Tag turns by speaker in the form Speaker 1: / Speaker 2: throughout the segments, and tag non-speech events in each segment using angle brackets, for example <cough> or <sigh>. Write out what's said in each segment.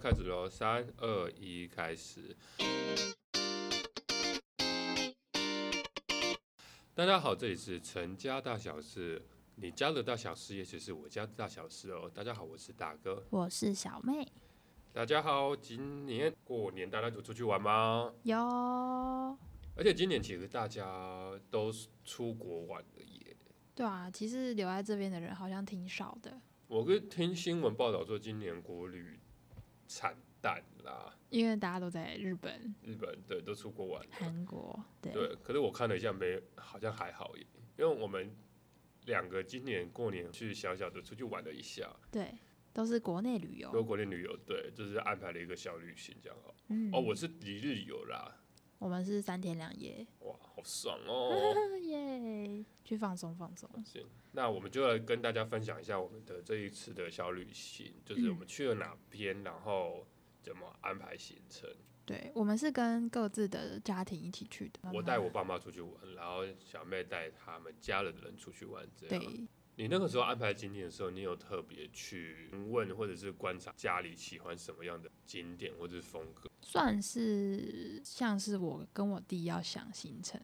Speaker 1: 开始喽，三二一，开始。大家好，这里是陈家大小事，你家的大小事，也许是我家的大小事哦。大家好，我是大哥。
Speaker 2: 我是小妹
Speaker 1: 大家好，今年过年大家有出去玩吗？
Speaker 2: 哟。
Speaker 1: 而且今年其实大家都是出国玩的耶。
Speaker 2: 对啊，其实留在这边的人好像挺少的，
Speaker 1: 我跟听新闻报道说，今年国旅惨淡啦，
Speaker 2: 因为大家都在日本、
Speaker 1: 日本对都出国玩了。
Speaker 2: 韩国，对，
Speaker 1: 对，可是我看了一下，没好像还好耶，因为我们两个今年过年去小小的出去玩了一下，
Speaker 2: 对都是国内旅
Speaker 1: 有
Speaker 2: 游。
Speaker 1: 国内旅游，对，就是安排了一个小旅行这样哦。
Speaker 2: 嗯，
Speaker 1: 哦，我是一日游啦，
Speaker 2: 我们是三天两夜，
Speaker 1: 哇，好爽
Speaker 2: <laughs>
Speaker 1: 哦！
Speaker 2: 耶，去放松放松。
Speaker 1: 行，那我们就来跟大家分享一下我们的这一次的小旅行，就是我们去了哪边，然后怎么安排行程。
Speaker 2: 对，我们是跟各自的家庭一起去的。
Speaker 1: 我带我爸妈出去玩，然后小妹带他们家人的人出去玩，这样。
Speaker 2: 对，
Speaker 1: 你那个时候安排景点的时候，你有特别去问或者是观察家里喜欢什么样的景点或者是风格？
Speaker 2: 算是像是我跟我弟要想行程，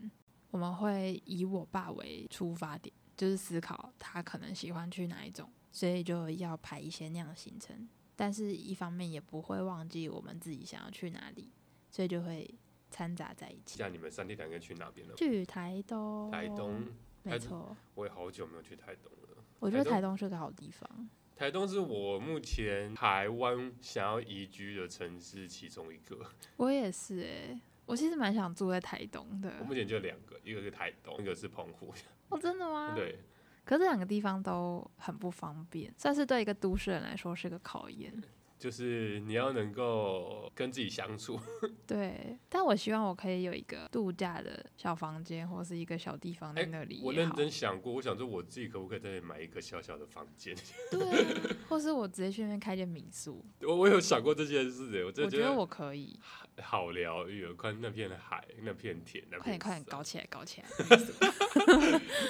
Speaker 2: 我们会以我爸为出发点，就是思考他可能喜欢去哪一种，所以就要排一些那样的行程。但是一方面也不会忘记我们自己想要去哪里，所以就会掺杂在一起。
Speaker 1: 像你们三天两夜去哪边了？
Speaker 2: 去台东，
Speaker 1: 台东，
Speaker 2: 没错，
Speaker 1: 我也好久没有去台东了。
Speaker 2: 我觉得
Speaker 1: 台
Speaker 2: 台东是个好地方。
Speaker 1: 台东是我目前台湾想要移居的城市其中一个。
Speaker 2: 我也是诶、我其实蛮想住在台东的
Speaker 1: 我。目前就两个，一个是台东，一个是澎湖。
Speaker 2: 哦，真的吗？
Speaker 1: 对，
Speaker 2: 可这两个地方都很不方便，算是对一个都市人来说是个考验。
Speaker 1: 就是你要能够跟自己相处。
Speaker 2: 对，但我希望我可以有一个度假的小房间，或是一个小地方在
Speaker 1: 哎
Speaker 2: 那里、也
Speaker 1: 我认
Speaker 2: 好
Speaker 1: 真想过，我想说我自己可不可以在那里买一个小小的房间？ <laughs>
Speaker 2: 对啊，或是我直接去那边开间民宿，
Speaker 1: 我我有想过这件事欸情，我真
Speaker 2: 我
Speaker 1: 的
Speaker 2: 觉得我可以。
Speaker 1: 好疗愈哦，看那片海，那片田，那片
Speaker 2: 快点快
Speaker 1: 山
Speaker 2: 点搞起来搞起来！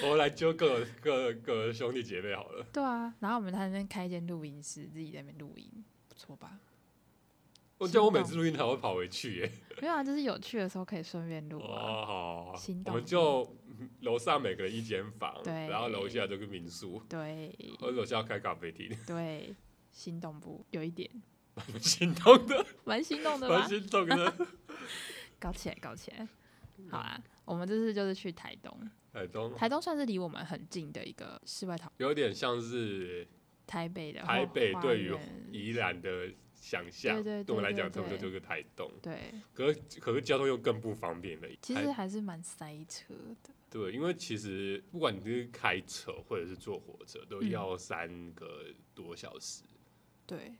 Speaker 1: 我们来揪各各各兄弟姐妹好了。
Speaker 2: 对啊，然后我们在那边开一间录音室，自己在那边录音，不错吧？
Speaker 1: 我
Speaker 2: 心
Speaker 1: 觉得我每
Speaker 2: 动
Speaker 1: 次录音台会跑回去
Speaker 2: <laughs>
Speaker 1: 耶。
Speaker 2: 没有啊，就是有趣的时候可以顺便录啊。
Speaker 1: 哇，好，
Speaker 2: 心
Speaker 1: 我
Speaker 2: 动
Speaker 1: 们就嗯楼上每个人一间房，
Speaker 2: 对
Speaker 1: 然后楼下就是民宿，
Speaker 2: 对
Speaker 1: 或者楼下开咖啡厅， <laughs>
Speaker 2: 对，心动不？有一点，
Speaker 1: 心痛的，
Speaker 2: 蛮心动的吧？
Speaker 1: 蛮心痛的。
Speaker 2: 搞起来，搞起来。
Speaker 1: 嗯
Speaker 2: 好啊，我们这次就是去台东，
Speaker 1: 台东
Speaker 2: 台东算是离我们很近的一个世外桃
Speaker 1: 有点像是
Speaker 2: 台北的
Speaker 1: 台
Speaker 2: 后
Speaker 1: 北
Speaker 2: 花
Speaker 1: 对于
Speaker 2: 园
Speaker 1: 宜兰的想象，
Speaker 2: 对对对
Speaker 1: 我们来
Speaker 2: 对
Speaker 1: 讲，
Speaker 2: 对
Speaker 1: 差不多就是台东。
Speaker 2: 对，
Speaker 1: 可是可是交通又更不方便了。
Speaker 2: 其
Speaker 1: 台
Speaker 2: 实还是蛮塞车的。
Speaker 1: 对，因为其实不管你是开车或者是坐火车，都
Speaker 2: 嗯
Speaker 1: 要三个多小时。
Speaker 2: 对，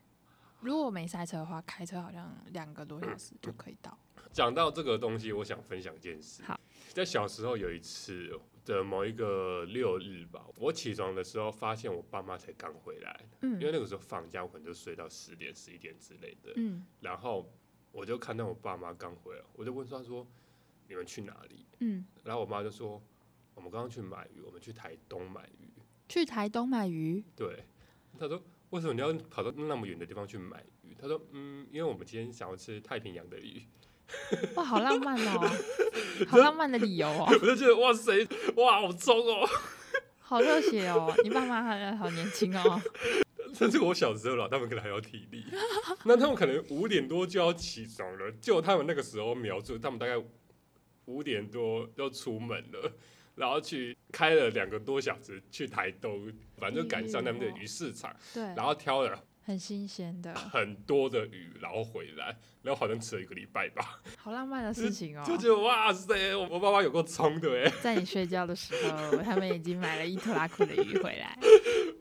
Speaker 2: 如果没塞车的话，开车好像两个多小时就可以到。
Speaker 1: 讲到这个东西，我想分享一件事
Speaker 2: 好。
Speaker 1: 在小时候有一次的某一个六日吧，我起床的时候发现我爸妈才刚回来，因为
Speaker 2: 嗯
Speaker 1: 那个时候放假，我可能就睡到十点、十一点之类的。
Speaker 2: 嗯
Speaker 1: 然后我就看到我爸妈刚回来，我就问他说：“你们去哪里
Speaker 2: 嗯，？”
Speaker 1: 然后我妈就说：“我们刚刚去买鱼，我们去台东买鱼。”
Speaker 2: 去台东买鱼，
Speaker 1: 对，他说为什么你要跑到那么远的地方去买鱼？他说嗯，因为我们今天想要吃太平洋的鱼。
Speaker 2: 哇，好浪漫哦，
Speaker 1: <laughs>
Speaker 2: 好浪漫的理由哦，
Speaker 1: 我就觉得哇塞，哇好重哦！
Speaker 2: 好热血哦！你爸妈还好年
Speaker 1: <laughs>
Speaker 2: 轻哦，
Speaker 1: 这是我小时候了，他们可能还有体力，那他们可能五点多就要起床了。就他们那个时候描述，他们大概五点多就出门了。然后去开了两个多小时去台东，反正就赶上他们的鱼市场，
Speaker 2: 对，
Speaker 1: 然后挑了
Speaker 2: 很新鲜的，
Speaker 1: 很多的鱼，然后回来，然后好像吃了一个礼拜吧。
Speaker 2: 好浪漫的事情哦。
Speaker 1: 就觉得哇塞，我我爸妈有够冲的哎！
Speaker 2: 在你睡觉的时候，他们已经买了一拖拉库的鱼回
Speaker 1: <laughs>
Speaker 2: 来，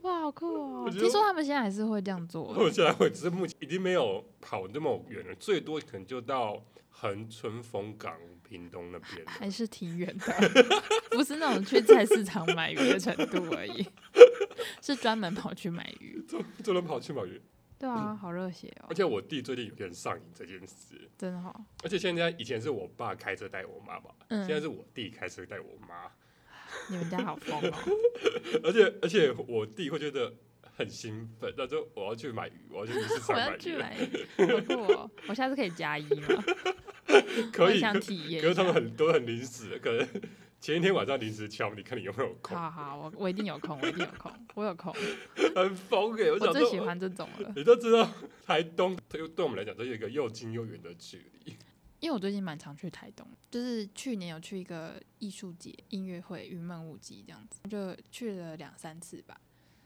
Speaker 2: 哇，好酷
Speaker 1: 我
Speaker 2: 哦！
Speaker 1: 觉
Speaker 2: 听
Speaker 1: 得
Speaker 2: 说他们现在还是会这样做
Speaker 1: <laughs> 我现在我只是目前已经没有跑那么远了，最多可能就到恒春风港、屏东那边了。
Speaker 2: 还是挺远的， <laughs> 不是那种去菜市场买鱼的程度而已， <laughs> 是专门跑去买鱼。
Speaker 1: <laughs> 就就能跑去买鱼，
Speaker 2: 对啊，好热血哦
Speaker 1: 而，且我弟最近有点上瘾这件事，
Speaker 2: 真的哦，
Speaker 1: 而且现在以前是我爸开车带我妈吧，
Speaker 2: 嗯
Speaker 1: 现在是我弟开车带我妈， <laughs>
Speaker 2: 你们家好疯哦，
Speaker 1: 而且而且我弟会觉得很兴奋，那就我要去买鱼，我要去鱼市场
Speaker 2: 我
Speaker 1: 买
Speaker 2: 要去
Speaker 1: 鱼，
Speaker 2: 买，好酷哦！我下次可以加一吗？我
Speaker 1: <laughs> 可
Speaker 2: 很
Speaker 1: 以。
Speaker 2: 想
Speaker 1: 可
Speaker 2: 体验
Speaker 1: 可
Speaker 2: 一
Speaker 1: 是他。
Speaker 2: 下
Speaker 1: 们很多很临时的，可能前一天晚上临时敲你，看你有没有空，
Speaker 2: 好好，我我一定有空，我一定有空，我有空，
Speaker 1: <laughs> 很疯哎！我
Speaker 2: 我
Speaker 1: 想
Speaker 2: 最喜
Speaker 1: 说，
Speaker 2: 欢这种
Speaker 1: <laughs>
Speaker 2: 了。
Speaker 1: 你都知道台东，对对我们来讲，这是一个又近又远的距离。
Speaker 2: 因为我最近蛮常去台东，就是去年有去一个艺术节、音乐会、云门舞集这样子，就去了两三次吧，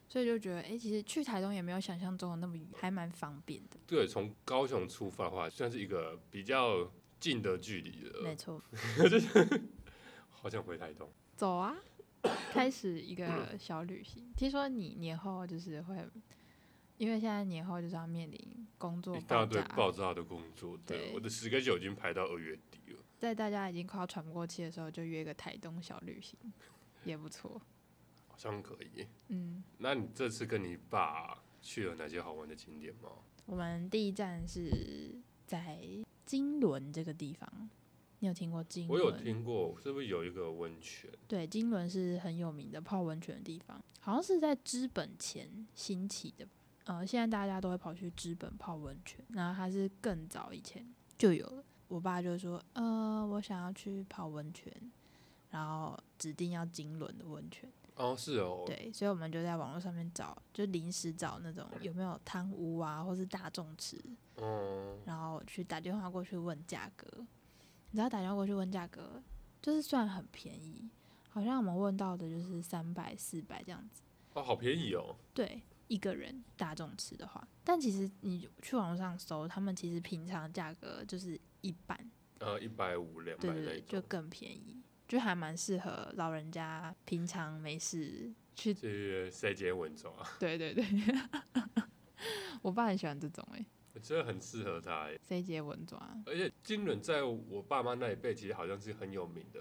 Speaker 2: 所以就觉得，哎、其实去台东也没有想象中的那么远，还蛮方便的。
Speaker 1: 对，从高雄出发的话，算是一个比较近的距离
Speaker 2: 没
Speaker 1: 了。
Speaker 2: 错，
Speaker 1: 好想回台东，
Speaker 2: 走啊， <coughs> 开始一个小旅行。听说你年后就是会，因为现在年后就是要面临工作
Speaker 1: 一
Speaker 2: 爆
Speaker 1: 大堆
Speaker 2: 炸，
Speaker 1: 爆炸的工作，对，
Speaker 2: 对
Speaker 1: 我的十个九已经排到二月底了。
Speaker 2: 在大家已经快要喘不过气的时候，就约个台东小旅行，也不错。
Speaker 1: 好像可以。
Speaker 2: 嗯，
Speaker 1: 那你这次跟你爸去了哪些好玩的景点吗？
Speaker 2: 我们第一站是在金轮这个地方，你有听过金
Speaker 1: 我
Speaker 2: 轮？
Speaker 1: 有听过，是不是有一个温泉？
Speaker 2: 对，金轮是很有名的泡温泉的地方，好像是在资本前兴起的吧。呃，现在大家都会跑去资本泡温泉，然后它是更早以前就有了。我爸就说：“呃，我想要去泡温泉，然后指定要金轮的温泉。”
Speaker 1: 哦，是哦，
Speaker 2: 对，所以我们就在网络上面找，就临时找那种有没有汤屋啊，或是大众池，
Speaker 1: 嗯，
Speaker 2: 然后去打电话过去问价格。你知道打电话过去问价格，就是算很便宜，好像我们问到的就是三百、四百这样子。
Speaker 1: 哦，好便宜哦，
Speaker 2: 对，一个人大众吃的话，但其实你去网络上搜，他们其实平常价格就是一半，
Speaker 1: 呃，一百五、两百
Speaker 2: 对对
Speaker 1: 那
Speaker 2: 对，
Speaker 1: 一
Speaker 2: 就
Speaker 1: 种。
Speaker 2: 更便宜，就还蛮适合老人家平常没事去
Speaker 1: 就是塞接文章啊， <laughs>
Speaker 2: 对对对， <laughs> 我爸很喜欢这种哎、欸，
Speaker 1: 我觉得很适合他欸耶。
Speaker 2: 谁接文抓？
Speaker 1: 而且金轮在我爸妈那一辈，其实好像是很有名的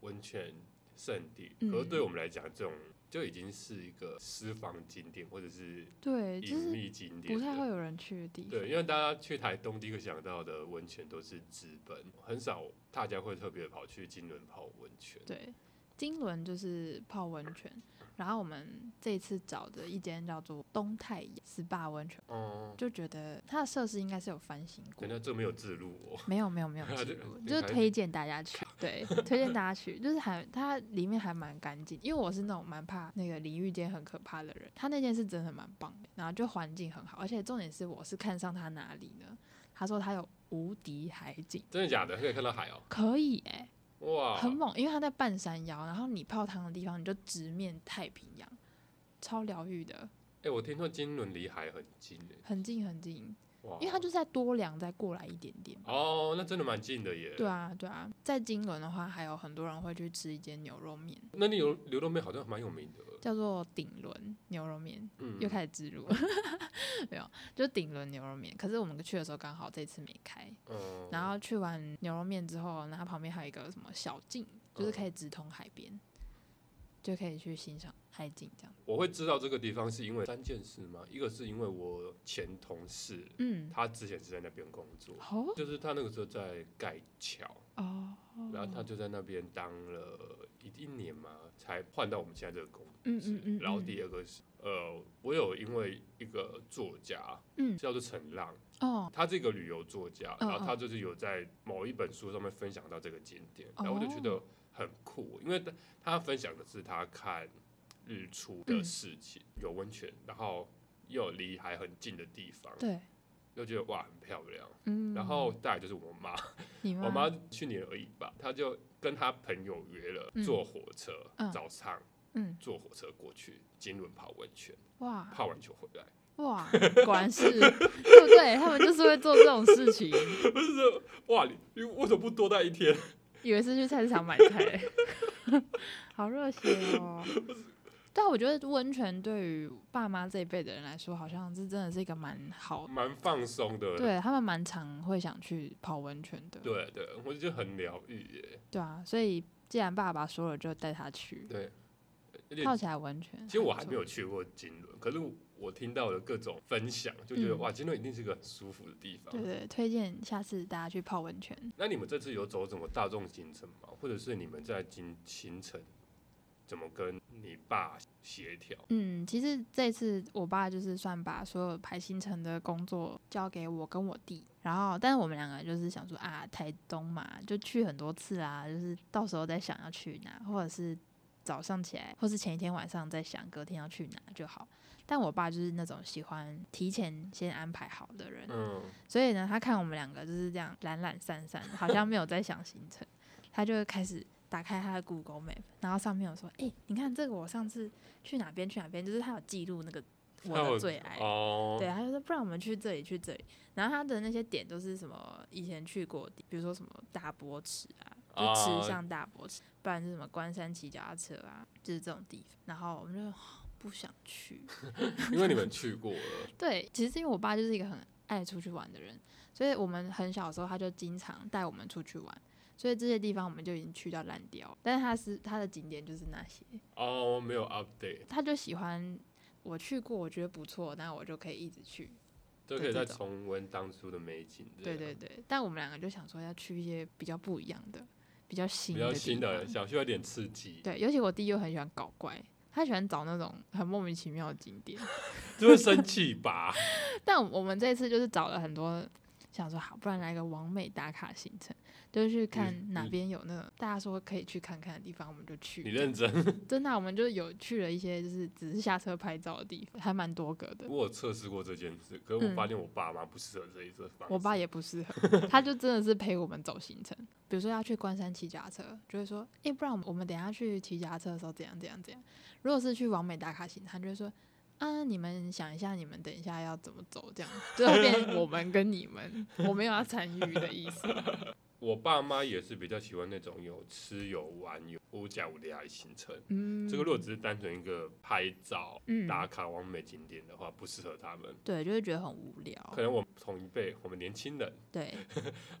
Speaker 1: 温泉圣地，
Speaker 2: 嗯
Speaker 1: 可是对我们来讲，这种就已经是一个私房景点或者是
Speaker 2: 对，就
Speaker 1: 隐
Speaker 2: 是
Speaker 1: 秘景点
Speaker 2: 不太
Speaker 1: 了
Speaker 2: 会有人去的地方。
Speaker 1: 对，因为大家去台东第一个想到的温泉都是资本，很少大家会特别跑去金轮泡温泉。
Speaker 2: 对，金轮就是泡温泉，然后我们这一次找的一间叫做东太阳 SPA 温泉，
Speaker 1: 哦、
Speaker 2: 就觉得它的设施应该是有翻新过
Speaker 1: 等。下这没有自录哦。
Speaker 2: 没有没有没有
Speaker 1: 这
Speaker 2: 记
Speaker 1: 个
Speaker 2: 录，
Speaker 1: 这个
Speaker 2: 就是
Speaker 1: 还
Speaker 2: 推荐大家去，对，推荐大家去，就是还它里面还蛮干净，因为我是那种蛮怕那个淋浴间很可怕的人，它那间是真的蛮棒的，然后就环境很好，而且重点是我是看上它哪里呢？他说他有无敌海景，
Speaker 1: 真的假的？可以看到海哦，
Speaker 2: 可以哎、
Speaker 1: 哇，
Speaker 2: 很猛，因为它在半山腰，然后你泡汤的地方你就直面太平洋，超疗愈的，
Speaker 1: 哎、我听说金轮离海很近诶，
Speaker 2: 很近很近，
Speaker 1: 哇，
Speaker 2: 因为它就是在多良再过来一点点。
Speaker 1: 哦，那真的蛮近的耶。
Speaker 2: 对，啊，对啊，在金轮的话，还有很多人会去吃一间牛肉面，
Speaker 1: 那里有流动面好像蛮有名的，
Speaker 2: 叫做顶轮牛肉面，
Speaker 1: 嗯，
Speaker 2: 又开始植入， <laughs> 没有，就顶轮牛肉面。可是我们去的时候刚好这次没开，
Speaker 1: 嗯，
Speaker 2: 然后去完牛肉面之后，然后旁边还有一个什么小径，
Speaker 1: 哦
Speaker 2: 就是可以直通海边，就可以去欣赏海景这样。
Speaker 1: 我会知道这个地方是因为三件事嘛，一个是因为我前同事，
Speaker 2: 嗯，
Speaker 1: 他之前是在那边工作，
Speaker 2: 哦
Speaker 1: 就是他那个时候在盖桥。
Speaker 2: 哦，
Speaker 1: 然后他就在那边当了一一年嘛，才换到我们现在这个公司。
Speaker 2: 嗯嗯嗯，
Speaker 1: 然后
Speaker 2: 嗯
Speaker 1: 第二个是，呃，我有因为一个作家，
Speaker 2: 嗯
Speaker 1: 叫做陈浪，
Speaker 2: 哦
Speaker 1: 他这个旅游作家，
Speaker 2: 嗯
Speaker 1: 然后他就是有在某一本书上面分享到这个景点，
Speaker 2: 哦
Speaker 1: 然后我就觉得很酷，因为他他分享的是他看日出的事情，有温泉，然后又有离海很近的地方，
Speaker 2: 对，
Speaker 1: 就觉得哇很漂亮。
Speaker 2: 嗯，
Speaker 1: 然后再来就是我妈，
Speaker 2: 你
Speaker 1: 我妈去年而已吧，她就跟她朋友约了
Speaker 2: 嗯
Speaker 1: 坐火车，
Speaker 2: 嗯
Speaker 1: 早上
Speaker 2: 嗯
Speaker 1: 坐火车过去金轮泡温泉，
Speaker 2: 哇
Speaker 1: 泡完球回来。
Speaker 2: 哇，果
Speaker 1: <laughs>
Speaker 2: 然是对不对？他们就是会做这种事情。
Speaker 1: 不是说哇，你你为什么不多待一天？
Speaker 2: 以为是去菜市场买
Speaker 1: <laughs>
Speaker 2: 菜，好热血哦！但我觉得温泉对于爸妈这一辈的人来说，好像是真的是一个蛮好，
Speaker 1: 蛮放松的。
Speaker 2: 对他们蛮常会想去泡温泉的，
Speaker 1: 对对，我就觉得很疗愈耶。
Speaker 2: 对啊，所以既然爸爸说了，就带他去
Speaker 1: 对，而且
Speaker 2: 泡起来温泉。
Speaker 1: 其实我还
Speaker 2: 不
Speaker 1: 没有去过金轮，可是我听到了各种分享，就觉得、
Speaker 2: 嗯
Speaker 1: 哇，金轮一定是个很舒服的地
Speaker 2: 错
Speaker 1: 方。
Speaker 2: 对对，推荐下次大家去泡温泉。
Speaker 1: 那你们这次有走什么大众行程吗？或者是你们在行行程怎么跟你爸协调？
Speaker 2: 嗯，其实这次我爸就是算把所有排行程的工作交给我跟我弟，然后但是我们两个就是想说啊，台东嘛，就去很多次啊，就是到时候再想要去哪，或者是早上起来，或是前一天晚上再想隔天要去哪就好。但我爸就是那种喜欢提前先安排好的人，
Speaker 1: 嗯，
Speaker 2: 所以呢，他看我们两个就是这样懒懒散散，好像没有在想行程，他就会开始打开他的 Google Map，然后上面有说：“哎、你看这个，我上次去哪边去哪边，就是他有记录那个我
Speaker 1: 那
Speaker 2: 的最爱。
Speaker 1: 哦，
Speaker 2: 对，他就说不然我们去这里去这里，然后他的那些点都是什么以前去过的，比如说什么大波池啊，就
Speaker 1: 啊
Speaker 2: 池上大波池，不然就是什么关山骑脚踏车啊，就是这种地方。然后我们就 <gasps> 不想去，
Speaker 1: 因为你们去过了， <laughs>
Speaker 2: 对，其实因为我爸就是一个很爱出去玩的人，所以我们很小的时候他就经常带我们出去玩，所以这些地方我们就已经去到烂掉。但是他是他的景点就是那些，
Speaker 1: 哦，没有 update，
Speaker 2: 他就喜欢我去过，我觉得不错，那我就可以一直去。
Speaker 1: 就可以再
Speaker 2: 对这种
Speaker 1: 重温当初的美景。
Speaker 2: 对
Speaker 1: 这
Speaker 2: 对
Speaker 1: 样，
Speaker 2: 对，但我们两个就想说要去一些比较不一样的、比较新
Speaker 1: 比
Speaker 2: 的
Speaker 1: 较
Speaker 2: 地
Speaker 1: 新的，
Speaker 2: 方
Speaker 1: 想需要点刺激，
Speaker 2: 对，尤其我弟又很喜欢搞怪，他喜欢找那种很莫名其妙的景点。
Speaker 1: 就会生气
Speaker 2: <laughs>
Speaker 1: 吧？
Speaker 2: 但我们这次就是找了很多，想说好，不然来个完美打卡行程，就是去看
Speaker 1: 嗯
Speaker 2: 哪
Speaker 1: 嗯
Speaker 2: 边有那种大家说可以去看看的地方，我们就去
Speaker 1: 你
Speaker 2: 这样。
Speaker 1: 认真，
Speaker 2: 真的啊、我们就有去了一些就是只是下车拍照的地方，还蛮多个的。
Speaker 1: 我有测试过这件事，可是我
Speaker 2: 嗯
Speaker 1: 发现我爸妈不适合这一这方式。
Speaker 2: 我爸也不适合， <laughs> 他就真的是陪我们走行程。比如说要去关山骑脚踏车，就会说，诶，不然我们我们等一下去骑脚踏车的时候怎样怎样怎样。如果是去完美打卡行程，他就会说，啊，你们想一下，你们等一下要怎么走，这样就会变我们跟你们，我没有要参与的意思。 <laughs>
Speaker 1: 我爸妈也是比较喜欢那种有吃有玩有五加五的呀行程。
Speaker 2: 嗯，
Speaker 1: 这个如果只是单纯一个拍照、
Speaker 2: 嗯
Speaker 1: 打卡完美景点的话，不适合他们。
Speaker 2: 对，就会觉得很无聊
Speaker 1: 可。能我们同一辈，我们年轻人，
Speaker 2: 对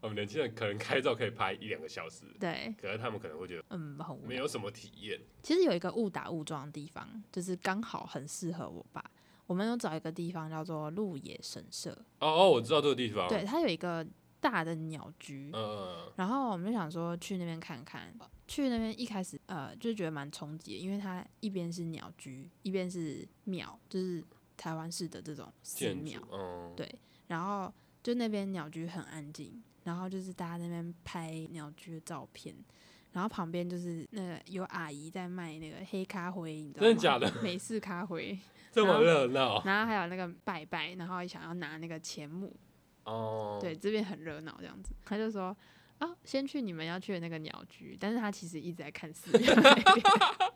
Speaker 1: 我们年轻人可能开照可以拍一两个小时，
Speaker 2: 对，
Speaker 1: 可是他们可能会觉得
Speaker 2: 嗯，很无
Speaker 1: 没
Speaker 2: 聊。
Speaker 1: 有什么体验。
Speaker 2: 其实有一个误打误撞的地方，就是刚好很适合我爸。我们有找一个地方叫做鹿野神社，
Speaker 1: 哦哦，我知道这个地方。
Speaker 2: 对，，它有一个大的鸟居，
Speaker 1: 嗯，
Speaker 2: 然后我们就想说去那边看看。去那边一开始呃就觉得蛮冲击的，因为它一边是鸟居，一边是庙，就是台湾式的这种寺
Speaker 1: 建
Speaker 2: 庙
Speaker 1: 筑，。嗯，
Speaker 2: 对然后就那边鸟居很安静，然后就是大家在那边拍鸟居的照片。然后旁边就是那个有阿姨在卖那个黑咖啡，你知道吗？
Speaker 1: 真的假的？
Speaker 2: 美式
Speaker 1: <laughs>
Speaker 2: 咖啡，
Speaker 1: 这么热闹
Speaker 2: 然后还有那个拜拜，然后想要拿那个钱母，
Speaker 1: 哦。
Speaker 2: 对，，这边很热闹这样子。他就说啊，先去你们要去的那个鸟居，但是他其实一直在看寺庙那边。
Speaker 1: <laughs>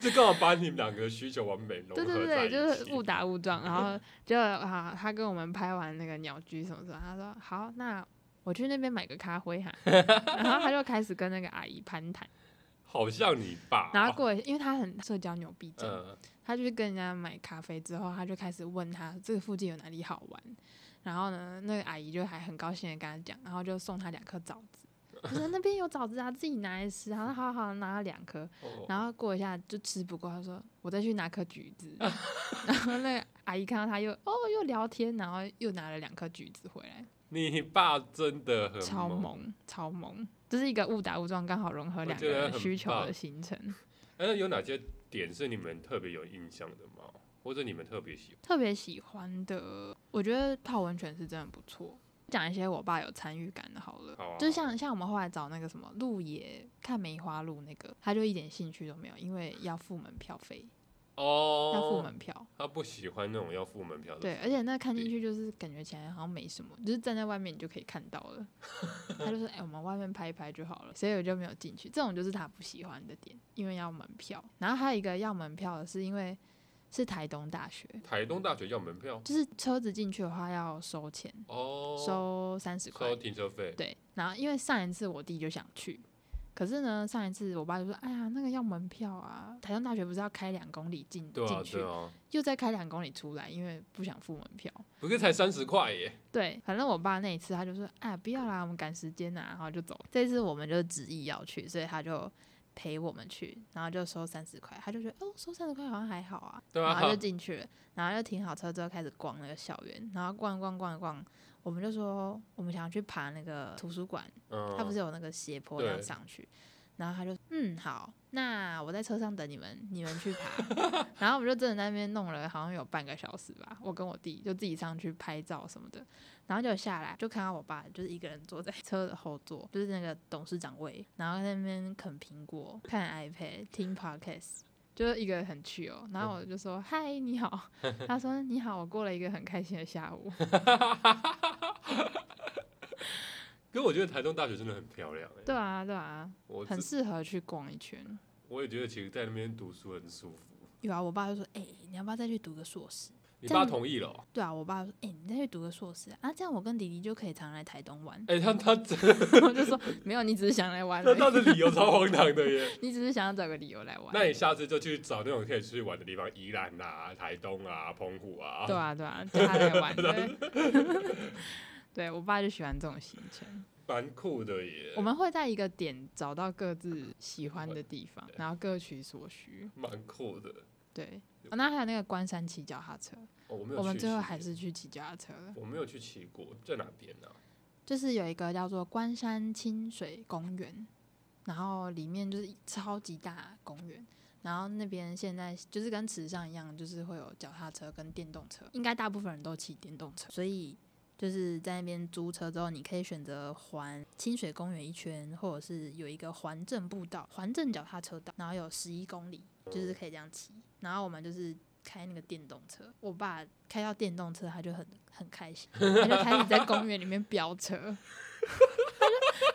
Speaker 1: 这刚好把你们两个需求完美融合
Speaker 2: 对对
Speaker 1: 在
Speaker 2: 对，
Speaker 1: 一
Speaker 2: 就是
Speaker 1: 起
Speaker 2: 误打误撞，然
Speaker 1: <laughs>
Speaker 2: 后就啊，他跟我们拍完那个鸟居什么什么，他说好，那我去那边买个咖啡哈， <laughs> 然后他就开始跟那个阿姨攀谈，
Speaker 1: 好像你爸哦。
Speaker 2: 然后过了，因为他很社交牛逼症，
Speaker 1: 嗯，
Speaker 2: 他就去跟人家买咖啡之后，他就开始问他这个附近有哪里好玩。然后呢，那个阿姨就还很高兴的跟他讲，然后就送他两颗枣子，就说那边有枣子啊，自己拿来吃。然后好好好拿了两 <laughs> 颗，
Speaker 1: 哦
Speaker 2: 然后过一下就吃不够，他说我再去拿颗橘 <laughs> 子。然后那个阿姨看到他又哦又聊天，然后又拿了两颗橘子回来，
Speaker 1: 你爸真的很
Speaker 2: 超
Speaker 1: 猛。
Speaker 2: 萌超萌，这是一个误打误撞，刚好融合
Speaker 1: 我
Speaker 2: 两个
Speaker 1: 觉得
Speaker 2: 人
Speaker 1: 很
Speaker 2: 需求
Speaker 1: 棒
Speaker 2: 的形成。
Speaker 1: 哎，那有哪些点是你们特别有印象的吗？或者你们特别喜欢？
Speaker 2: 特别喜欢的，我觉得泡温泉是真的不错。讲一些我爸有参与感的好了，
Speaker 1: 好啊
Speaker 2: 就像像我们后来找那个什么鹿野看梅花鹿那个，他就一点兴趣都没有，因为要付门票费，要付
Speaker 1: 哦，
Speaker 2: 门票。
Speaker 1: 他不喜欢那种要付门票的。
Speaker 2: 对，而且那看进去就是感觉起来好像没什么，就是站在外面你就可以看到了。他就说：“哎、我们外面拍一拍就好了。”所以我就没有进去。这种就是他不喜欢的点，因为要门票。然后还有一个要门票的是因为是台东大学，
Speaker 1: 台东大学要门票
Speaker 2: 就是车子进去的话要收钱，
Speaker 1: 哦，
Speaker 2: 收三十块
Speaker 1: 收。停车费。
Speaker 2: 对，然后因为上一次我弟就想去，可是呢，上一次我爸就说：“哎呀，那个要门票啊，台东大学不是要开两公里进进、
Speaker 1: 对啊，
Speaker 2: 去，
Speaker 1: 对啊，
Speaker 2: 又再开两公里出来，因为不想付门票。”
Speaker 1: 不是才三十块耶，
Speaker 2: 对，反正我爸那一次他就说：“哎，不要啦，我们赶时间呐、啊然后就走。这次我们就执意要去，所以他就陪我们去，然后就收三十块，他就觉得哦，收三十块好像还好啊，
Speaker 1: 对啊
Speaker 2: 然后就进去了，然后就停好车之后开始逛那个校园，然后逛逛逛逛，我们就说我们想要去爬那个图书馆，它不
Speaker 1: <laughs> 嗯，
Speaker 2: 是有那个斜坡要
Speaker 1: 对
Speaker 2: 上去，然后他就嗯好，那我在车上等你们，你们去爬。 <laughs> 然后我们就真的在那边弄了好像有半个小时吧，我跟我弟就自己上去拍照什么的，然后就下来就看到我爸就是一个人坐在车的后座，就是那个董事长位，然后在那边啃苹果、看 iPad、听 Podcast。就是一个很趣哦，然后我就说嗨你
Speaker 1: <laughs>
Speaker 2: 好，他说你好，我过了一个很开心的下午， <laughs>
Speaker 1: 可我觉得台中大学真的很漂亮、欸，
Speaker 2: 对啊对啊，
Speaker 1: 我
Speaker 2: 很
Speaker 1: 自
Speaker 2: 适合去逛一圈。
Speaker 1: 我也觉得其实在那边读书很舒服。
Speaker 2: 有啊，我爸就说：“哎、你要不要再去读个硕士
Speaker 1: 你
Speaker 2: 这样
Speaker 1: 爸同意了哦、？”
Speaker 2: 对啊，我爸就说：“哎、你再去读个硕士啊，啊这样我跟弟弟就可以常来台东玩。 <laughs>
Speaker 1: 哎、他他这”
Speaker 2: 我就说：“没有，你只是想来玩而
Speaker 1: 他他
Speaker 2: 已，
Speaker 1: 的理由超荒唐的耶。
Speaker 2: <laughs> 你只是想要找个理由来玩。”
Speaker 1: 那你下次就去找那种可以出去玩的地方，宜兰啊、台东啊、澎湖啊。
Speaker 2: 对啊，对啊，叫他来玩。对， <laughs> 对我爸就喜欢这种行程。
Speaker 1: 蛮酷的耶，
Speaker 2: 我们会在一个点找到各自喜欢的地方，然后各取所需。
Speaker 1: 蛮酷的。
Speaker 2: 对，哦、那还有那个关山骑脚踏车，
Speaker 1: 哦，我没有去骑
Speaker 2: 我
Speaker 1: 过。
Speaker 2: 们最后还是去骑脚踏车了。
Speaker 1: 我没有去骑过，在哪边呢、啊？
Speaker 2: 就是有一个叫做关山清水公园，然后里面就是超级大公园，然后那边现在就是跟池上一样，就是会有脚踏车跟电动车，应该大部分人都骑电动车，所以就是在那边租车之后，你可以选择环清水公园一圈，或者是有一个环镇步道、环镇脚踏车道，然后有十一公里，就是可以这样骑。然后我们就是开那个电动车，我爸开到电动车，他就很很开心，他就开始在公园里面飙车。 <laughs> 他就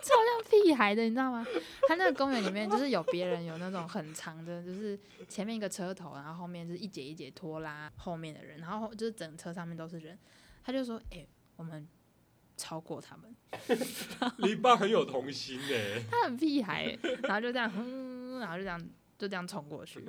Speaker 2: 超像屁孩的，你知道吗？他那个公园里面就是有别人有那种很长的，就是前面一个车头，然后后面就是一节一节拖拉后面的人，然后就是整车上面都是人。他就说：“哎、我们超过他们。
Speaker 1: 你爸很有童心哎，”
Speaker 2: 他很屁孩、欸，然后就这样，嗯，然后就这样就这样冲过去，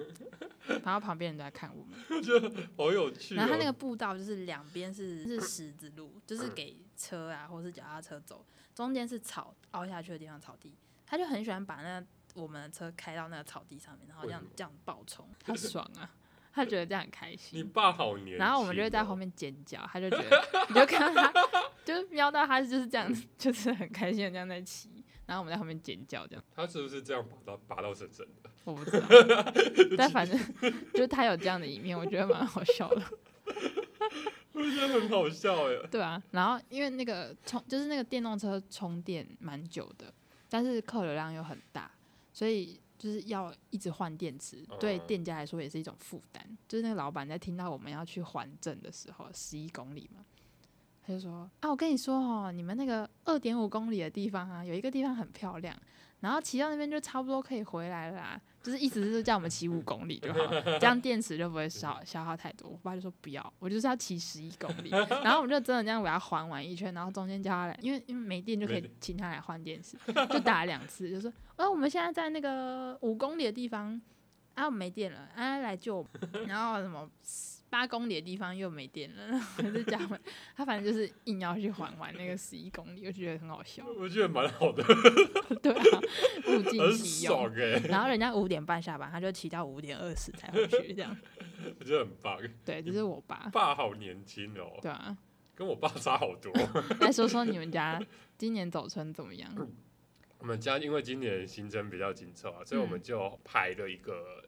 Speaker 2: 然后旁边人都在看我们。
Speaker 1: 好有趣、哦。
Speaker 2: 然后它那个步道就是两边是是石子路，
Speaker 1: 嗯
Speaker 2: 就是给车啊或是脚踏车走，中间是草凹下去的地方草地，他就很喜欢把那我们的车开到那个草地上面，然后这样
Speaker 1: 为什么
Speaker 2: 这样爆冲，他爽啊，他觉得这样很开
Speaker 1: 你
Speaker 2: 心。
Speaker 1: 爸好年轻哦、
Speaker 2: 然后我们就会在后面尖叫，他就觉得你就看到他就是瞄到他就是这样，就是很开心的这样在骑，然后我们在后面尖叫这样，
Speaker 1: 他是不是这样拔到拔到神神的？ <laughs>
Speaker 2: 我不知道，但反正就是他有这样的一面，我觉得蛮好笑的。
Speaker 1: 我觉得很好笑哎。
Speaker 2: 对啊，然后因为那个充就是那个电动车充电蛮久的，但是客流量又很大，所以就是要一直换电池，对
Speaker 1: 嗯
Speaker 2: 店家来说也是一种负担。就是那个老板在听到我们要去还镇的时候，十一公里嘛，他就说：“啊，我跟你说哦，你们那个二点五公里的地方啊，有一个地方很漂亮。”然后骑到那边就差不多可以回来了啦，就是意思是叫我们骑五公里就好，这样电池就不会消消耗太多。我爸就说不要，我就是要骑十一公里。然后我们就真的这样把它环完一圈，然后中间叫他来，因为因为没电就可
Speaker 1: 没
Speaker 2: 以请他来换电池，就打了两次，就说哦，我们现在在那个五公里的地方啊，我们没电了，啊来救我们。然后什么八公里的地方又没电了，然后就叫他们，他反正就是硬要去环完那个十一公里，我觉得很好笑， <laughs>
Speaker 1: 我觉得蛮好的，
Speaker 2: 对啊，物尽
Speaker 1: 很
Speaker 2: 其用
Speaker 1: 爽。哎， <laughs>
Speaker 2: 然后人家五点半下班，他就骑到五点二十才回去，
Speaker 1: <laughs>
Speaker 2: 这样。
Speaker 1: 我觉得很棒。
Speaker 2: 对，这是我
Speaker 1: <laughs>
Speaker 2: 爸。
Speaker 1: 爸好年轻哦，
Speaker 2: 对啊，
Speaker 1: 跟我爸差好多。
Speaker 2: 来说说你们家今年走春怎么样？
Speaker 1: 我们家因为今年行程比较紧凑啊，所以我们
Speaker 2: 嗯
Speaker 1: 就排了一个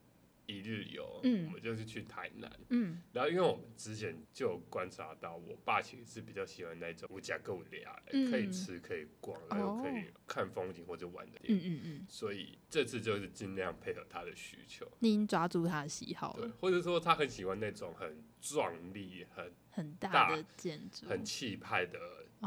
Speaker 1: 一日游，
Speaker 2: 嗯
Speaker 1: 我们就是去台南。
Speaker 2: 嗯，
Speaker 1: 然后因为我们之前就有观察到，我爸其实是比较喜欢那种无家够俩，
Speaker 2: 嗯
Speaker 1: 可以吃可以逛，然后又可以看风景或者玩的地方。
Speaker 2: 嗯嗯嗯，
Speaker 1: 所以这次就是尽量配合他的需求，
Speaker 2: 你已经抓住他的喜好
Speaker 1: 对
Speaker 2: 了，，
Speaker 1: 或者说他很喜欢那种很壮丽、很
Speaker 2: 很大
Speaker 1: 大
Speaker 2: 的建筑，
Speaker 1: 很气派的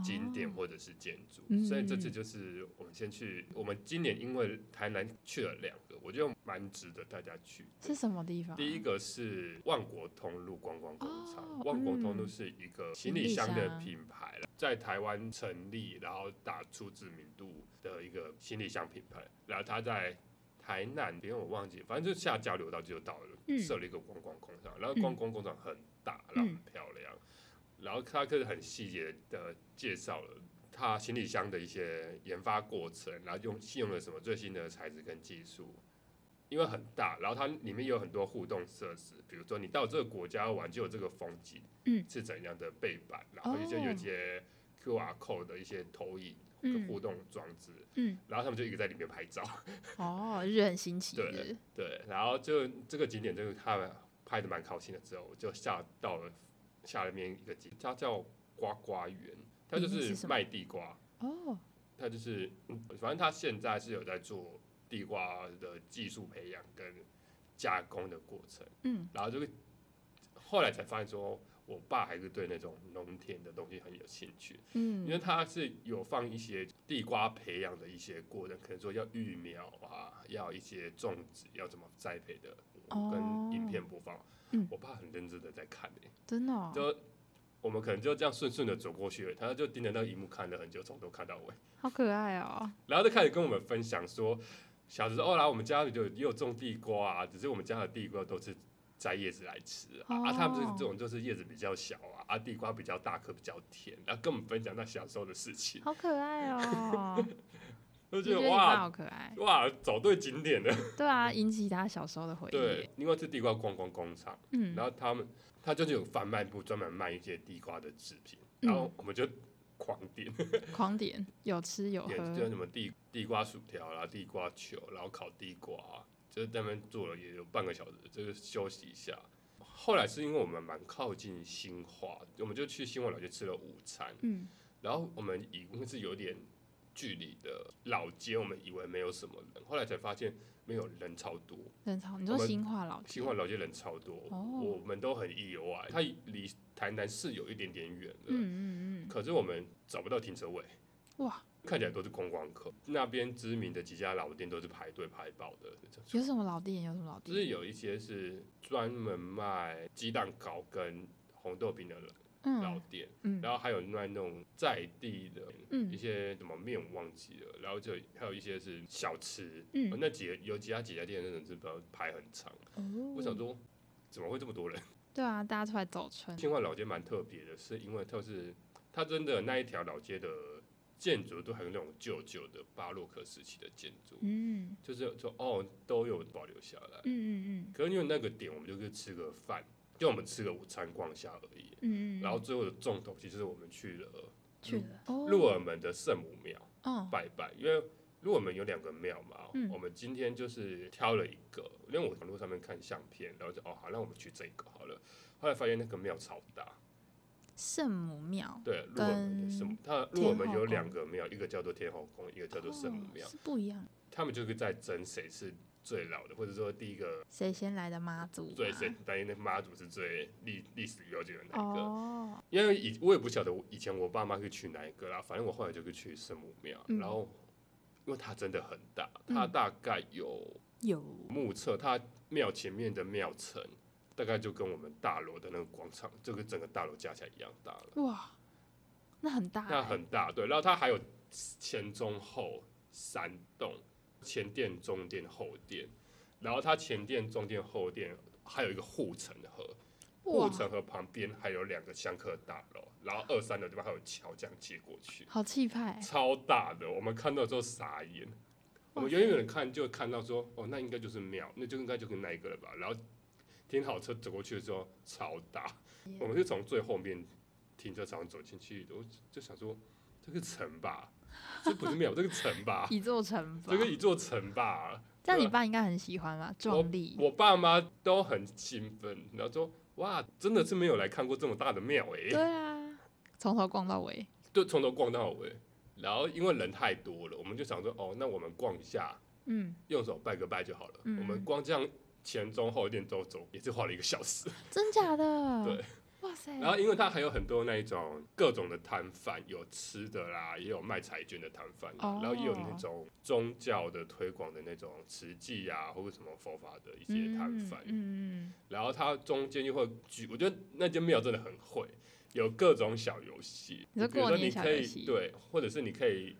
Speaker 1: 景点
Speaker 2: 哦
Speaker 1: 或者是建筑，
Speaker 2: 嗯
Speaker 1: 所以这次就是我们先去，我们今年因为台南去了两个，我觉得蛮值得大家去的。
Speaker 2: 是什么地方啊？
Speaker 1: 第一个是万国通路观光工厂，
Speaker 2: 哦
Speaker 1: 万国通路
Speaker 2: 嗯
Speaker 1: 是一个行
Speaker 2: 行
Speaker 1: 李
Speaker 2: 李
Speaker 1: 箱的
Speaker 2: 箱
Speaker 1: 品牌了，在台湾成立，然后打出知名度的一个行李箱品牌。然后它在台南，别人我忘记，反正就下交流道就到了，
Speaker 2: 嗯
Speaker 1: 设了一个观光工厂。然后观光工厂很大，然后很漂亮，然后它可以很细节的介绍了。它行李箱的一些研发过程，然后用用了什么最新的材质跟技术，因为很大，然后它里面有很多互动设施，比如说你到这个国家玩就有这个风景，
Speaker 2: 嗯，
Speaker 1: 是怎样的背板，然后
Speaker 2: 哦
Speaker 1: 就有一些 QR code 的一些投影跟互
Speaker 2: 嗯
Speaker 1: 动装置，
Speaker 2: 嗯，
Speaker 1: 然后他们就一个在里面拍照， <laughs>
Speaker 2: 哦，日很新奇
Speaker 1: 对
Speaker 2: 日，
Speaker 1: 对，然后就这个景点就是他们拍的蛮靠近的，之后我就下到了下面一个景，它叫呱呱园，它就
Speaker 2: 里面是
Speaker 1: 是
Speaker 2: 什么
Speaker 1: 卖地瓜，
Speaker 2: 哦，
Speaker 1: 它就是嗯反正它现在是有在做地瓜的技术培养跟加工的过程，
Speaker 2: 嗯，
Speaker 1: 然后这个后来才发现说。我爸还是对那种农田的东西很有兴趣，因为
Speaker 2: 嗯，
Speaker 1: 它是有放一些地瓜培养的一些过程，可能说要育苗啊，要一些种植，要怎么栽培的，
Speaker 2: 哦
Speaker 1: 跟影片播放。
Speaker 2: 嗯
Speaker 1: 我爸很认真的在看诶、
Speaker 2: 真的、哦，
Speaker 1: 就我们可能就这样顺顺的走过去了，他就盯着那个荧幕看了很久，从头看到尾，
Speaker 2: 好可爱哦，
Speaker 1: 然后就开始跟我们分享说，小时候啦，啊我们家里就也有种地瓜啊，只是我们家的地瓜都是。摘叶子来吃啊，啊，他们就是
Speaker 2: 哦
Speaker 1: 这种，就是叶子比较小啊，啊，地瓜比较大颗，比较甜，然后跟我们分享他小时候的事情。
Speaker 2: 好可爱哦，
Speaker 1: <laughs> 就
Speaker 2: 我
Speaker 1: 觉
Speaker 2: 觉得
Speaker 1: 得
Speaker 2: 你爸
Speaker 1: 哇
Speaker 2: 好可爱，
Speaker 1: 哇，找对景点了。
Speaker 2: 对啊，引起他小时候的回忆
Speaker 1: 对，，因为是地瓜观光工厂，
Speaker 2: 嗯
Speaker 1: 然后他们他就是有贩卖部专门卖一些地瓜的制品，
Speaker 2: 嗯
Speaker 1: 然后我们就狂点，
Speaker 2: 狂点，有吃有
Speaker 1: 点就是
Speaker 2: 喝，
Speaker 1: 什么地地瓜薯条啦、地瓜球，然后烤地瓜，就是在那边坐了也有半个小时，就是休息一下。后来是因为我们蛮靠近新化，我们就去新化老街吃了午餐，
Speaker 2: 嗯
Speaker 1: 然后我们以为是有点距离的老街，我们以为没有什么人，后来才发现没有人超多。
Speaker 2: 人潮，你
Speaker 1: 我
Speaker 2: 说
Speaker 1: 们
Speaker 2: 新化老街
Speaker 1: 新化老街人超多，
Speaker 2: 哦
Speaker 1: 我们都很意外。它离台南市有一点点远了，
Speaker 2: 嗯嗯
Speaker 1: 可是我们找不到停车位，
Speaker 2: 嗯，哇，
Speaker 1: 看起来都是观光客。那边知名的几家老店都是排队排爆的，
Speaker 2: 有什么老店有什么老
Speaker 1: 就
Speaker 2: 店，
Speaker 1: 是有一些是专门卖鸡蛋糕跟红豆饼的老
Speaker 2: 嗯
Speaker 1: 店，
Speaker 2: 嗯
Speaker 1: 然后还有卖那种在地的一
Speaker 2: 嗯
Speaker 1: 些什么面我忘记了，然后就还有一些是小吃。哦
Speaker 2: 嗯，
Speaker 1: 那几个有几家几家店真的是排很长，我想
Speaker 2: 哦，
Speaker 1: 说怎么会这么多人？
Speaker 2: 对啊，大家出来走村，
Speaker 1: 新化老街蛮特别的，是因为它是它真的那一条老街的建筑都还有那种旧旧的巴洛克时期的建筑，
Speaker 2: 嗯
Speaker 1: 就是说哦都有保留下来
Speaker 2: 嗯。嗯嗯
Speaker 1: 可是因为那个点，我们就是吃个饭，就我们吃个午餐逛一下而已。
Speaker 2: 嗯嗯，
Speaker 1: 然后最后的重头其实是我们去了嗯
Speaker 2: 去了，
Speaker 1: 鹿
Speaker 2: 哦，
Speaker 1: 耳门的圣母庙
Speaker 2: 嗯
Speaker 1: 拜拜，因为鹿耳门有两个庙嘛，
Speaker 2: 嗯
Speaker 1: 我们今天就是挑了一个，因为我网络上面看相片，然后就哦好，那我们去这个好了。后来发现那个庙超大，
Speaker 2: 圣母庙，
Speaker 1: 对，鹿耳门的圣母，它鹿耳门有两个庙，一个叫做天后宫，一个叫做圣母
Speaker 2: 哦
Speaker 1: 庙，
Speaker 2: 是不一样的，
Speaker 1: 他们就是在争谁是最老的，或者说第一个
Speaker 2: 谁先来的妈祖啊嘛，
Speaker 1: 最谁担心那妈祖是最历历史悠久的那一个。
Speaker 2: 哦，
Speaker 1: 因为以我也不晓得我以前我爸妈是去哪一个啦，反正我后来就是去圣母庙，
Speaker 2: 嗯
Speaker 1: 然后因为它真的很大，它
Speaker 2: 嗯
Speaker 1: 大概有
Speaker 2: 有
Speaker 1: 目测它庙前面的庙城。大概就跟我们大楼的那个广场，这个整个大楼加起来一样大了。
Speaker 2: 哇，那很大欸，
Speaker 1: 那很大，对。然后它还有前中后三栋，前殿、中殿、后殿。然后它前殿、中殿、后殿还有一个护城河，护
Speaker 2: 哇，
Speaker 1: 城河旁边还有两个香客大楼，然后二三楼地方还有桥这样接过去，
Speaker 2: 好气派欸，
Speaker 1: 超大的。我们看到之后傻眼，我们远远的看就看到说，哦，那应该就是庙，那就应该就是那一个了吧。然后停好车走过去的时候超大，我们是从最后面停车场走进去，我就想说这个城吧，这不是庙，这个城吧，
Speaker 2: <laughs> 一座城堡
Speaker 1: 这，个一座城吧。
Speaker 2: 这样你爸应该很喜欢吧？壮丽，
Speaker 1: 我爸妈都很兴奋，然后说哇，真的是没有来看过这么大的庙诶、
Speaker 2: 对啊，从头逛到尾，
Speaker 1: 就从头逛到尾。然后因为人太多了，我们就想说哦，那我们逛一下，
Speaker 2: 嗯，
Speaker 1: 用手拜个拜就好了。
Speaker 2: 嗯
Speaker 1: 我们光这样前中后店走走，也是花了一个小时。
Speaker 2: 真假的，
Speaker 1: 对，
Speaker 2: 哇
Speaker 1: <laughs>
Speaker 2: 塞，
Speaker 1: 然后因为它还有很多那一种各种的摊贩，有吃的啦，也有卖彩券的摊贩啦，
Speaker 2: 哦
Speaker 1: 然后也有那种宗教的推广的那种慈济啊，或者什么佛法的一些摊贩。
Speaker 2: 嗯嗯
Speaker 1: 然后它中间就会举，我觉得那间庙真的很会，有各种小游戏，
Speaker 2: 你说
Speaker 1: 比如说
Speaker 2: 过
Speaker 1: 你
Speaker 2: 年小
Speaker 1: 可
Speaker 2: 游
Speaker 1: 以
Speaker 2: 戏
Speaker 1: 对，或者是你可以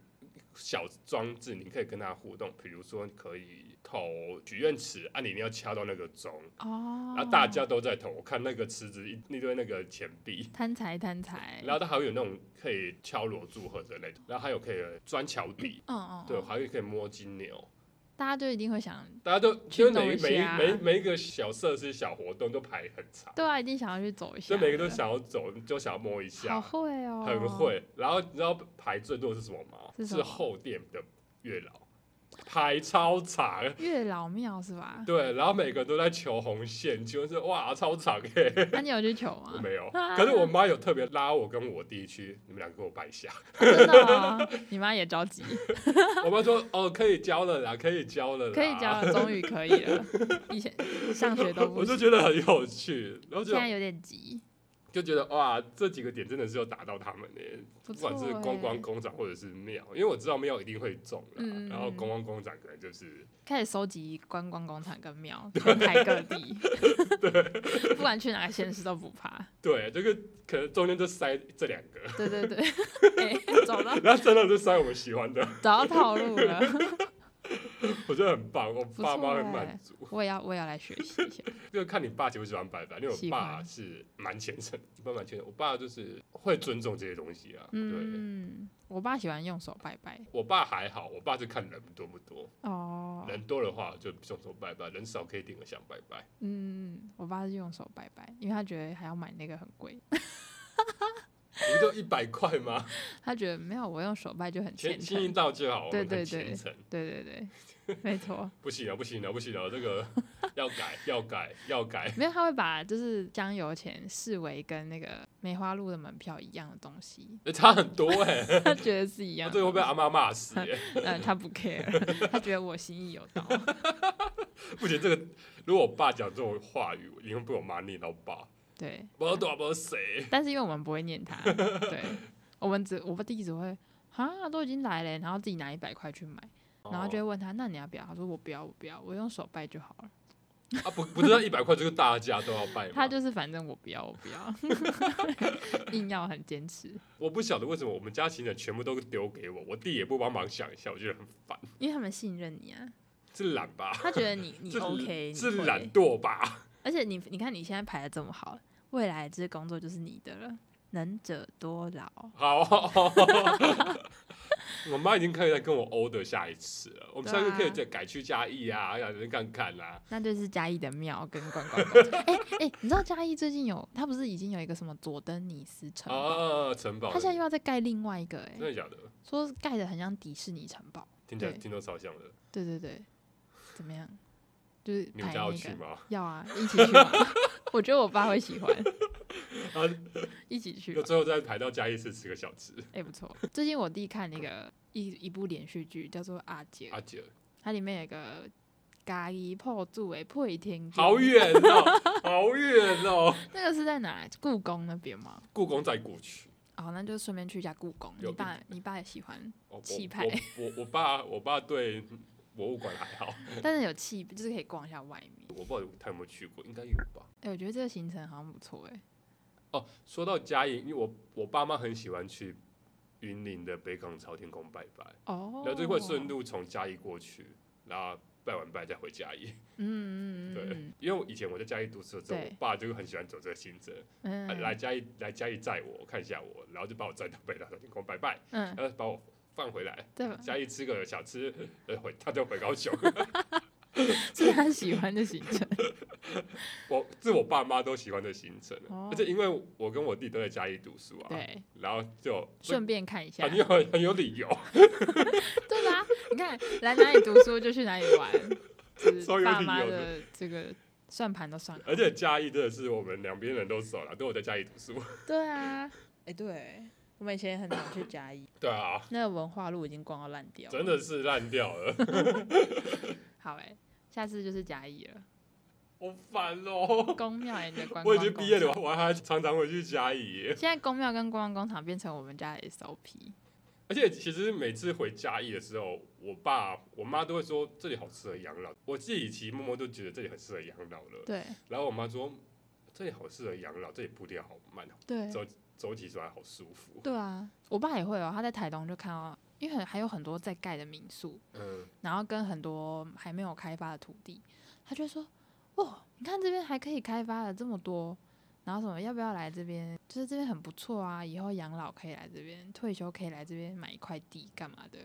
Speaker 1: 小装置，你可以跟它互动，比如说你可以投许愿池，啊，你一定要敲到那个钟，
Speaker 2: 嗯，哦，
Speaker 1: 然后大家都在投，我看那个池子一一堆那个钱币。
Speaker 2: 贪财贪财，
Speaker 1: 然后它还会有那种可以敲锣祝贺的那种，然后还有可以钻桥底，
Speaker 2: 嗯嗯，
Speaker 1: 对，
Speaker 2: 嗯
Speaker 1: 还有可以摸金牛，
Speaker 2: 大家就一定会想，
Speaker 1: 大家都就是每
Speaker 2: 去走一
Speaker 1: 每
Speaker 2: 下
Speaker 1: 每每一个小设施、小活动都排很长，
Speaker 2: 对啊，一定想要去走一下，
Speaker 1: 所以每个都想要走，就想要摸一
Speaker 2: 好
Speaker 1: 下，
Speaker 2: 会哦，
Speaker 1: 很，会。然后你知道排最多的是什么吗？
Speaker 2: 是什
Speaker 1: 是
Speaker 2: 么
Speaker 1: 后殿的月老，排超长。？
Speaker 2: 月老庙是吧
Speaker 1: 对，然后每个人都在求红线，请问是哇，超长耶、
Speaker 2: <laughs> 那啊你有去求
Speaker 1: 我
Speaker 2: 吗？
Speaker 1: 没有，
Speaker 2: 啊
Speaker 1: 可是我妈有特别拉我跟我弟去，你们两个给我拜一
Speaker 2: <laughs>
Speaker 1: 下。
Speaker 2: 真的啊，你妈也着
Speaker 1: <laughs> 啊
Speaker 2: 急，
Speaker 1: 我妈说哦，可以教了啦，可以教了啦，
Speaker 2: 可以教了，终于可以了，以前上学都不
Speaker 1: <laughs> 我就觉
Speaker 2: 行，
Speaker 1: 得很有趣，然后就
Speaker 2: 现在有点急，
Speaker 1: 就觉得哇，这几个点真的是有打到他们呢、
Speaker 2: 不
Speaker 1: 不管是
Speaker 2: 错
Speaker 1: 观光
Speaker 2: 欸
Speaker 1: 工厂或者是庙，因为我知道庙一定会中啦，
Speaker 2: 嗯
Speaker 1: 然后观光工厂可能就是
Speaker 2: 开始收集观光工厂跟
Speaker 1: <laughs>
Speaker 2: 庙，全台各地， <laughs> 不管去哪个县市都不怕。
Speaker 1: 对，这个可能中间就塞这两个， <laughs>
Speaker 2: 对对 <laughs> 对，哎、找到
Speaker 1: 然后真的就塞我们喜欢的， <laughs>
Speaker 2: 找到套路了，
Speaker 1: 我觉得很棒，我
Speaker 2: 不
Speaker 1: 爸妈
Speaker 2: 错
Speaker 1: 很
Speaker 2: 欸
Speaker 1: 满足。
Speaker 2: 我也要我也要来学习一下。
Speaker 1: 就看你爸喜不喜欢拜拜，因为我
Speaker 2: 喜
Speaker 1: 爸
Speaker 2: 欢
Speaker 1: 是蛮虔诚，不是蛮虔诚，我爸就是会尊重这些东西啊。对，
Speaker 2: 嗯，我爸喜欢用手拜拜
Speaker 1: 我爸还好，我爸是看人多不多，
Speaker 2: 哦，
Speaker 1: 人多的话就用手拜拜，人少可以顶个香拜拜。
Speaker 2: 嗯，我爸是用手拜拜，因为他觉得还要买那个很贵，
Speaker 1: 不就一百块
Speaker 2: <laughs>
Speaker 1: 吗？
Speaker 2: 他觉得没有我用手拜就很虔
Speaker 1: 前轻易
Speaker 2: 诚。
Speaker 1: 到就好，我
Speaker 2: 对
Speaker 1: 们
Speaker 2: 对
Speaker 1: 很
Speaker 2: 对
Speaker 1: 虔诚。
Speaker 2: 对对对，没错，
Speaker 1: 不行了，不行了，不行了，这个 <laughs> 要改，要改，要改。 <laughs>
Speaker 2: 没有他会把就是香油钱视为跟那个梅花鹿的门票一样的东西，
Speaker 1: 欸差很多哎、欸， <laughs>
Speaker 2: 他觉得是一
Speaker 1: 我
Speaker 2: 样的
Speaker 1: 这个会
Speaker 2: 东西。
Speaker 1: 被阿妈骂死、欸。
Speaker 2: 嗯，他不 care，他觉 <laughs> 得我心意有到。
Speaker 1: <laughs> 不行，这个如果我爸讲这种话语，我一定被我妈念到爆。
Speaker 2: 对，
Speaker 1: 我多不谁，
Speaker 2: 但是因为我们不会念他，对，我们只我弟只会啊，都已经来了，然后自己拿一百块去买，
Speaker 1: 哦
Speaker 2: 然后就会问他，那你要不要？他说我不要，我不要，我用手拜就好了。
Speaker 1: <laughs> 啊，不不知道一百块，这个大家都要拜吗？
Speaker 2: <laughs> 他就是反正我不要，我不要，硬要很坚持，
Speaker 1: 我不晓得为什么我们家行程全部都丢给我，我弟也不帮忙想一下，我觉得很烦，
Speaker 2: 因为他们信任你啊，
Speaker 1: 是懒吧？
Speaker 2: 他觉得你你
Speaker 1: 是
Speaker 2: 嗯 OK，你
Speaker 1: 是
Speaker 2: 会
Speaker 1: 懒，惰吧？
Speaker 2: 而且你你看你现在排的这么好，未来这工作就是你的了，能者多劳。
Speaker 1: 好，
Speaker 2: <laughs>
Speaker 1: 我妈已经开始在跟我 order 下一次了，我们下次可以再改去嘉义啊，让人看看啦、
Speaker 2: 那就是嘉义的庙跟观光工厂。哎哎、你知道嘉义最近有，它不是已经有一个什么佐登尼斯城堡？
Speaker 1: 啊，城堡，
Speaker 2: 它现在又要再盖另外一个、
Speaker 1: 真
Speaker 2: 哎，
Speaker 1: 的假的？
Speaker 2: 说盖的很像迪士尼城堡。
Speaker 1: 听起来
Speaker 2: 对
Speaker 1: 听都超像的。
Speaker 2: 对对对，怎么样？就是
Speaker 1: 你们
Speaker 2: 排
Speaker 1: 家
Speaker 2: 那
Speaker 1: 要去
Speaker 2: 个，
Speaker 1: 吗？
Speaker 2: 要啊，一起去吧。 <laughs> 我觉得我爸会喜欢，
Speaker 1: 啊，
Speaker 2: 一起去
Speaker 1: 那
Speaker 2: 吧。
Speaker 1: 最后再排到嘉义市吃个小吃。
Speaker 2: 哎、不错。最近我弟看那个一一部连续剧，叫做《阿姐》，
Speaker 1: 阿姐，
Speaker 2: 它里面有一个嘉义破住诶破天宫
Speaker 1: 好，远哦，
Speaker 2: <laughs>
Speaker 1: 好远哦。
Speaker 2: 那个是在哪？故宫那边吗？
Speaker 1: 故宫在古区。
Speaker 2: 哦，那就顺便去一下故宫。
Speaker 1: 有
Speaker 2: 你爸，你爸也喜欢，
Speaker 1: 哦我
Speaker 2: 气派
Speaker 1: 我我我爸我爸对博物馆还好，
Speaker 2: 但是有气，就是可以逛一下外面。
Speaker 1: 我不知道他有没有去过，应该有吧。
Speaker 2: 哎、我觉得这个行程好像不错哎、
Speaker 1: 哦，说到嘉义，因为我我爸妈很喜欢去云林的北港朝天宫拜拜，
Speaker 2: 哦，
Speaker 1: 然后就会顺，路从嘉义过去，然后拜完拜再回嘉义。
Speaker 2: 嗯嗯
Speaker 1: 对
Speaker 2: 嗯，
Speaker 1: 因为我以前我在嘉义读书的时候，
Speaker 2: 对
Speaker 1: 我爸就很喜欢走这个行程，
Speaker 2: 嗯
Speaker 1: 啊
Speaker 2: 嗯，
Speaker 1: 来嘉义来嘉义载我看一下我，然后就把我载到北港朝天宫拜拜，
Speaker 2: 嗯，
Speaker 1: 然后把我放回来。
Speaker 2: 对吧？
Speaker 1: 嘉义吃个小吃，呃，回他就回高雄。 <laughs>
Speaker 2: 是他喜欢的行程，
Speaker 1: 我是我爸妈都喜欢的行程，
Speaker 2: 哦
Speaker 1: 而且因为我跟我弟都在嘉义读书啊，
Speaker 2: 对，
Speaker 1: 然后就
Speaker 2: 顺便看一下，
Speaker 1: 哦很有很有理由，
Speaker 2: 对吧？你看来哪里读书就去哪里玩，就是
Speaker 1: 超有
Speaker 2: 爸
Speaker 1: 理
Speaker 2: 妈
Speaker 1: 由
Speaker 2: 的这个算盘都算好。
Speaker 1: 而且嘉义真的是我们两边人都熟了，都有在嘉义读书。 <laughs>
Speaker 2: 对啊，哎、对，我们以前也很常去嘉义，
Speaker 1: 对啊，
Speaker 2: 那个文化路已经逛到烂掉了，
Speaker 1: 真的是烂掉了，
Speaker 2: 好哎、下次就是嘉义了，
Speaker 1: 好烦哦！
Speaker 2: 宫庙也的观光
Speaker 1: 我已经毕业
Speaker 2: 工
Speaker 1: 了，
Speaker 2: 厂
Speaker 1: 我还常常回去嘉义耶，
Speaker 2: 现在公庙跟观光工厂变成我们家的 SOP，
Speaker 1: 而且其实每次回嘉义的时候，我爸我妈都会说这里好适合养老，我自己骑摸摸都觉得这里很适合养老了，
Speaker 2: 对
Speaker 1: 然后我妈说这里好适合养老，这里步调好慢，
Speaker 2: 对
Speaker 1: 走走起出来好舒服。
Speaker 2: 对啊，我爸也会哦，他在台东就看到，因为很还有很多在盖的民宿，
Speaker 1: 嗯，
Speaker 2: 然后跟很多还没有开发的土地，他就会说，哦，你看这边还可以开发了这么多，然后什么要不要来这边？就是
Speaker 1: <laughs>
Speaker 2: 这边很不错啊，以后养老可以来这边，退休可以来这边买一块地干嘛的。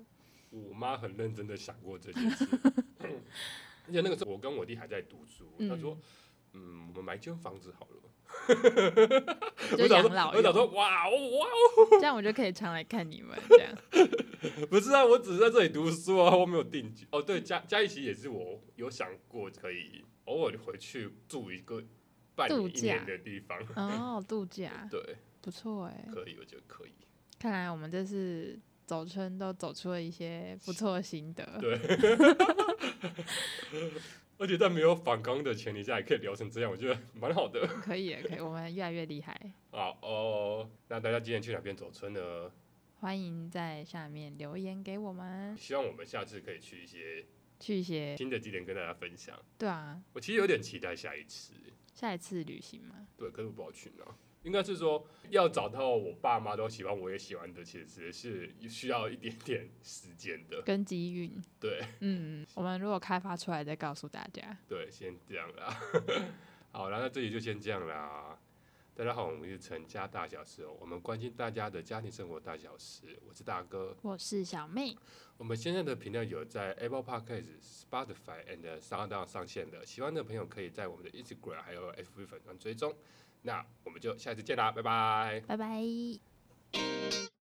Speaker 1: 我妈很认真的想过这件事，而且那个时候我跟我弟还在读书，
Speaker 2: 嗯
Speaker 1: 他说。嗯，我们买间房子好了。
Speaker 2: 就
Speaker 1: 我想
Speaker 2: 养
Speaker 1: 说，
Speaker 2: 老
Speaker 1: 我想
Speaker 2: 用
Speaker 1: 说，哇哦哇哦，
Speaker 2: 这样我就可以常来看你们这样。
Speaker 1: 不是啊，我只是在这里读书啊，我没有定居。哦，对，嘉嘉义其实也是我有想过可以偶尔回去住一个半
Speaker 2: 度
Speaker 1: 年
Speaker 2: 假
Speaker 1: 一年的地方。
Speaker 2: 哦，度
Speaker 1: <laughs>
Speaker 2: 假
Speaker 1: 对，
Speaker 2: 不错哎，
Speaker 1: 可以，我觉得可以。
Speaker 2: 看来我们这次走春都走出了一些不错的心得。
Speaker 1: 对，而且在没有反刚的前提下，也可以聊成这样，我觉得蛮好的。
Speaker 2: 可以耶，可以，我们越来越厉害。
Speaker 1: 好哦，那大家今天去哪边走村呢？
Speaker 2: 欢迎在下面留言给我们，
Speaker 1: 希望我们下次可以去一些
Speaker 2: 去一些
Speaker 1: 新的景点跟大家分享。
Speaker 2: 对啊，
Speaker 1: 我其实有点期待下一次，
Speaker 2: 下一次旅行嘛，
Speaker 1: 对，可是我不好去哪。应该是说要找到我爸妈都喜欢，我也喜欢的，其实是需要一点点时间的。
Speaker 2: 跟机运。
Speaker 1: 对
Speaker 2: 嗯，我们如果开发出来再告诉大家。
Speaker 1: 对，先这样啦。 <laughs> 好啦，那这里就先这样啦。大家好，我们是陈家大小事哦，我们关心大家的家庭生活大小事。我是大哥，
Speaker 2: 我是小妹，
Speaker 1: 我们现在的频道有在 Apple Podcast、Spotify and SoundOn 上线的，喜欢的朋友可以在我们的 Instagram 还有 FB 粉上追踪。那我们就下次见啦，拜拜。
Speaker 2: 拜拜。